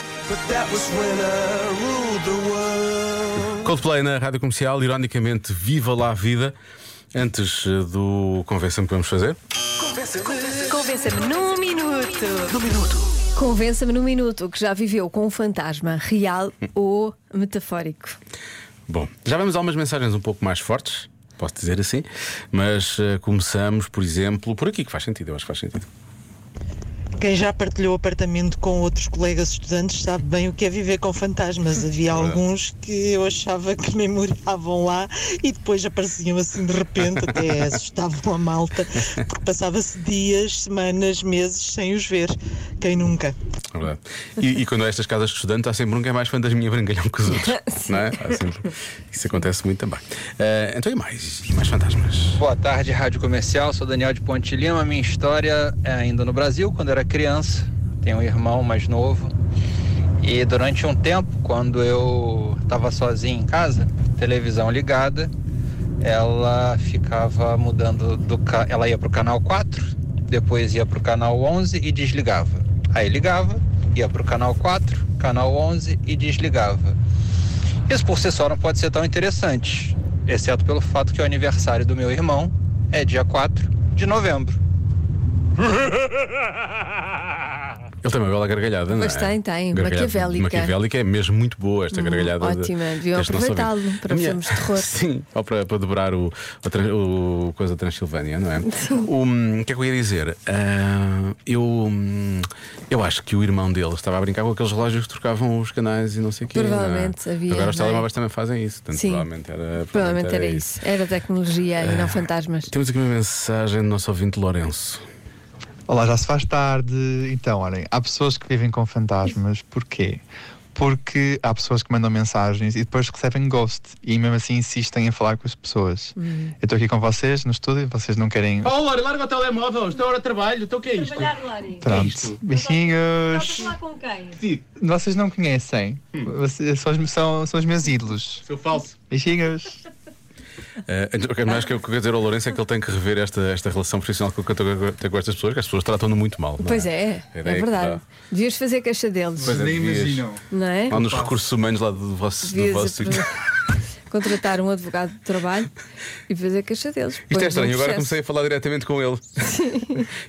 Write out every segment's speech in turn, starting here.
But that was when I ruled the world. Coldplay na rádio comercial, ironicamente, viva lá a vida. Antes eh, do convenção que vamos fazer, Convença-me num minuto. Num minuto. Convença-me num minuto que já viveu com um fantasma real ou metafórico. bom, já vamos a umas mensagens um pouco mais fortes, posso dizer assim, mas eh, começamos, por exemplo, por aqui, que faz sentido, eu acho que faz sentido. Quem já partilhou apartamento com outros colegas estudantes sabe bem o que é viver com fantasmas. Havia alguns que eu achava que nem moravam lá e depois apareciam assim de repente, até assustavam a malta, porque passava-se dias, semanas, meses sem os ver. Quem nunca? É verdade. E, e quando há estas casas de estudante, há sempre um que é mais fantasminha brangalhão que os outros. não é? Há sempre- Isso acontece muito também. Eh, então e mais? E mais fantasmas? Boa tarde, Rádio Comercial. Sou Daniel de Ponte Lima. Minha história é ainda no Brasil, quando era criança. Tenho um irmão mais novo. E durante um tempo, quando eu estava sozinho em casa, televisão ligada, ela ficava mudando do ca... ela ia para o canal 4, depois ia para o canal 11 e desligava. Aí ligava, ia para o canal 4, canal 11 e desligava. Isso por si só não pode ser tão interessante, exceto pelo fato que o aniversário do meu irmão é dia 4 de novembro. Ele tem uma bela gargalhada, não é? Pois tem, tem. Maquiavélica. Maquiavélica é mesmo muito boa esta Hum, gargalhada. de- ótima. Deviam deste nosso aproveitá-lo ouvinte. para A minha- filmes de terror. Sim, ou para, para dobrar o, o, tran- o coisa da Transilvânia, não é? O, o que é que eu ia dizer? Ah, eu, hum, eu acho que o irmão dele estava a brincar com aqueles relógios que trocavam os canais e não sei o quê. não é? Provavelmente havia, Agora os não é? telemóveis também fazem isso. Portanto, Sim. provavelmente Então era, Então- Provavelmente era isso. Era tecnologia e não fantasmas. Temos aqui uma mensagem do nosso ouvinte Lourenço. Olá, já se faz tarde. Então, olhem, há pessoas que vivem com fantasmas. Porquê? Porque há pessoas que mandam mensagens e depois recebem ghost e mesmo assim insistem em falar com as pessoas. Eu estou aqui com vocês no estúdio e vocês não querem. Ó, Lori, larga o telemóvel, estou hora de trabalho, então o que é isto? Lori. Pronto. Beijinhos. falar com quem? Vocês não conhecem. Vocês são, os- são, são os meus ídolos. Seu falso. Beijinhos. Eh, ok, mas acho que o que eu quero dizer ao Lourenço é que ele tem que rever esta, esta relação profissional que eu tenho com- tenho com estas pessoas, que as pessoas tratam-no muito mal. não Pois é, A é ideia que tá. verdade. Devias fazer queixa deles, Pois é, Nem devias- imaginam. não é? Lá nos recursos humanos lá do vosso, do Devias vosso sítio. apro- contratar um advogado de trabalho e fazer queixa deles. Põe-lhes Isto é um estranho, agora processo. comecei a falar diretamente com ele.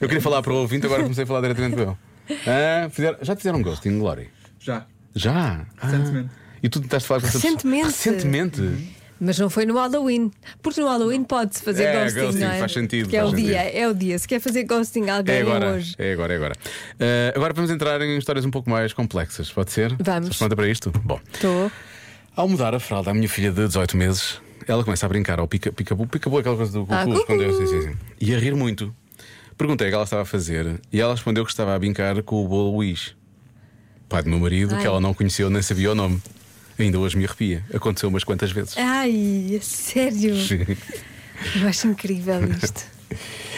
Eu queria falar para o ouvinte, agora comecei a falar diretamente com ele. Ah, fizeram- já te fizeram um ghosting, Glory? Já. Já? Ah. Recentemente. E tu tentaste falar com essa pessoa- Recentemente. Recentemente? Mas não foi no Halloween, porque no Halloween pode-se fazer É, ghosting, ghosting, não é? faz sentido, Que é faz o sentido. dia, é o dia. Se quer fazer ghosting a alguém É agora, hoje. é agora, é agora. Ah, agora vamos entrar em histórias um pouco mais complexas, pode ser? Vamos. Estás pronta para isto? Bom. Estou. Ao mudar a fralda à minha filha de 18 meses, ela começa a brincar ao pica- pica-bu, pica-bu, aquela coisa do Ah, cucu, esconder- sim, cucu. sim, sim. e a rir muito. Perguntei o que ela estava a fazer e ela respondeu que estava a brincar com o bolo Luís, pai do meu marido, Ai. que ela não conheceu nem sabia o nome. Ainda hoje me arrepia. Aconteceu umas quantas É. vezes. Ai, a sério. Eu acho incrível isto.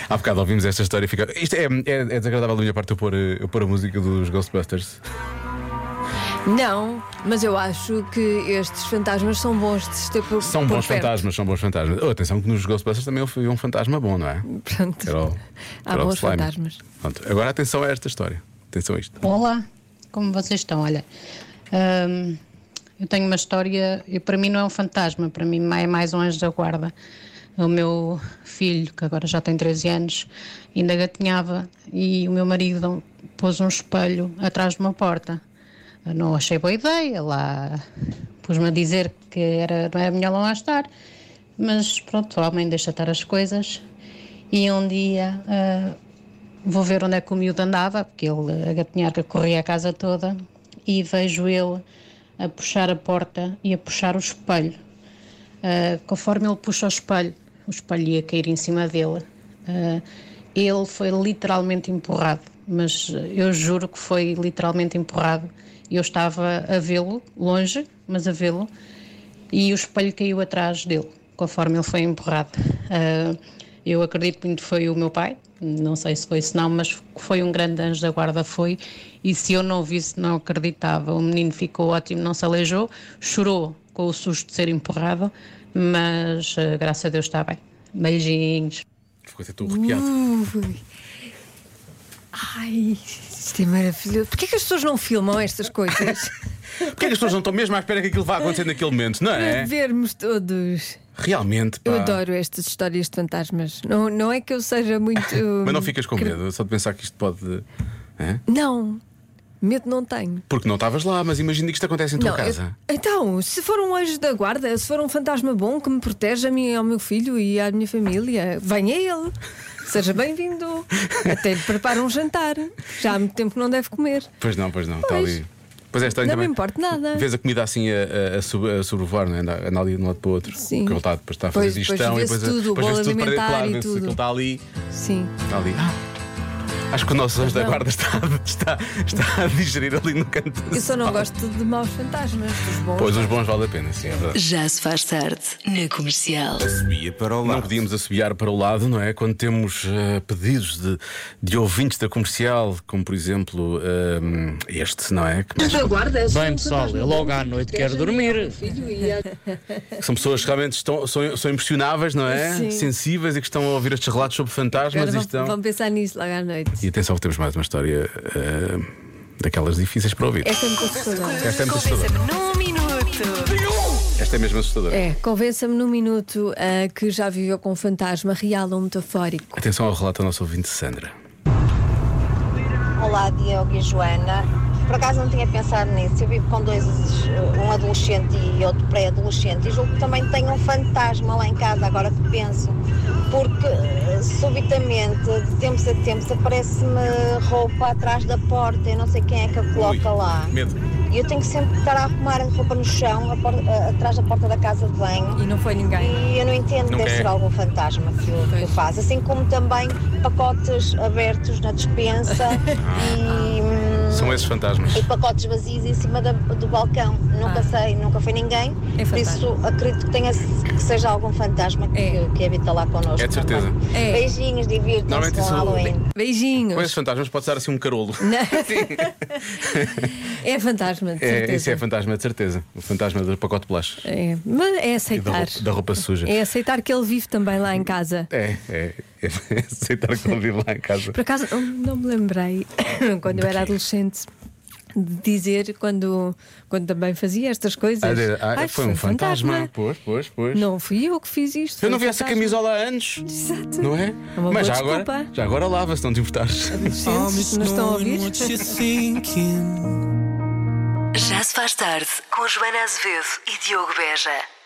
Há bocado ouvimos esta história e fica. Isto é, é- é desagradável da minha parte eu pôr, eh, eu pôr a música dos Ghostbusters. Não, mas eu acho que estes fantasmas são bons de se ter por São por bons perto. fantasmas, são bons fantasmas. Oh, atenção que nos Ghostbusters também havia um fantasma bom, não é? Pronto. Era o- Há era o bons slime. fantasmas. Pronto, agora atenção a esta história. Atenção a isto. Olá, como vocês estão? Olha, hum, eu tenho uma história, e para mim não é um fantasma, para mim é mais um anjo da guarda. O meu filho, que agora já tem 13 anos, ainda gatinhava e o meu marido pôs um espelho atrás de uma porta. Eu não achei boa ideia, lá pus-me a dizer que era, não era melhor lá estar, mas pronto, o homem deixa estar as coisas. E um dia ah, Vou ver onde é que o miúdo andava, porque ele a gatinhar que corria a casa toda, e vejo ele a puxar a porta e a puxar o espelho. Ah, conforme ele puxa o espelho, o espelho ia cair em cima dele. Ah, ele foi literalmente empurrado, mas eu juro que foi literalmente empurrado. Eu estava a vê-lo, longe, mas a vê-lo, e o espelho caiu atrás dele, conforme ele foi empurrado. Ah, eu acredito muito que foi o meu pai, não sei se foi, se não, mas foi um grande anjo da guarda, foi. E se eu não o visse, não acreditava. O menino ficou ótimo, não se aleijou, chorou com o susto de ser empurrado, mas ah, graças a Deus está bem. Beijinhos. assim Hum. Ficou até tu arrepiado. Ui. Ai, Isto é maravilhoso. Porquê que as pessoas não filmam estas coisas? Porquê é que as pessoas não estão mesmo à espera que aquilo vá acontecer naquele momento, não Para é? vermos todos. Realmente, pá. Eu adoro estas histórias de fantasmas. Não, não é que eu seja muito. Mas não ficas com medo, só de pensar que isto pode. é? Não, medo não tenho. Porque não estavas lá, mas imagina que isto acontece em tua Não, casa. eu- então, se for um anjo da guarda, se for um fantasma bom que me protege a mim, e ao meu filho e à minha família, venha ele. Seja bem-vindo. Até lhe preparo um jantar. Já há muito tempo que não deve comer. Pois não, pois não, está Pois. ali. Pois é, estranho Não me também. importa nada. Vês a comida assim a, a, a, sobre- a sobrevoar, não é? Anda, anda ali de um lado para o outro. Sim. Que ele está, depois está a fazer Pois- pois digestão vê-se e depois, tudo, o depois bolo vê-se tudo para dentro, alimentar claro, e vê-se tudo. aquilo está ali. Sim. Está ali. Ah, Acho que o nosso anjo da guarda está, está, está a digerir ali no canto. da Eu só não sala. gosto de maus fantasmas, dos bons. Pois os bons vale a pena, sim, é verdade. Já se faz tarde na comercial. Subia para o Não podíamos assobiar para o lado, não é? Quando temos eh, pedidos de, de ouvintes da comercial, como por exemplo ehm, este, não é? Que, Bem, pessoal, eu logo à noite quero dormir. são pessoas que realmente estão, são, são impressionáveis, não é? Sim. Sensíveis e que estão a ouvir estes relatos sobre fantasmas Agora e vão, estão. vão pensar nisso logo à noite. E atenção, que temos mais uma história eh, daquelas difíceis para ouvir. Esta é muito assustadora. Esta é muito assustadora. Convença-me num minuto. Esta é mesmo assustadora. É, convença-me num minuto ah, que já viveu com um fantasma real ou metafórico. Atenção ao relato da nossa ouvinte Sandra. Olá, Diogo e Joana. Por acaso não tinha pensado nisso. Eu vivo com dois, um adolescente e outro pré-adolescente. E julgo que também tenho um fantasma lá em casa, agora que penso. Porque eh, subitamente, de tempos a tempos, aparece-me roupa atrás da porta. Eu não sei quem é que a coloca Ui, lá. Medo. E eu tenho que sempre estar a arrumar a roupa no chão, a por- a- atrás da porta da casa de banho. E não foi ninguém. E eu não entendo, Não é? deve quer. ser algum fantasma que o, que o faz. Assim como também pacotes abertos na despensa e, hum, São esses fantasmas. e pacotes vazios em cima da- do balcão. Nunca Ah. sei, nunca foi ninguém. É Por fantasma. isso acredito que, tenha, que seja algum fantasma que, É. que habita lá connosco. É de certeza. também. É. Beijinhos, divirtam-se Normalmente com isso- Halloween. Beijinhos. Com esses fantasmas pode dar assim um carolo. Não. é fantasma, de É, esse certeza. é fantasma de certeza. O fantasma do pacote de blush. É, mas E é da, aceitar. roupa, da roupa suja. É aceitar que ele vive também lá em casa. É, é, é aceitar que ele vive lá em casa. Por acaso, não- não me lembrei, quando eu era adolescente, de dizer, quando, quando também fazia estas coisas. Ah, de- ah, é. "Ai, foi um fantasma. Pois, pois, pois. Não fui eu que fiz isto. eu foi não um vi essa fantasma." camisola há anos. Exato. Não é? É uma boa Mas já desculpa. agora, já agora lava, se não te importares. Adolescentes, não estão a ouvir? what you're thinking. Já se faz tarde com Joana Azevedo e Diogo Beja.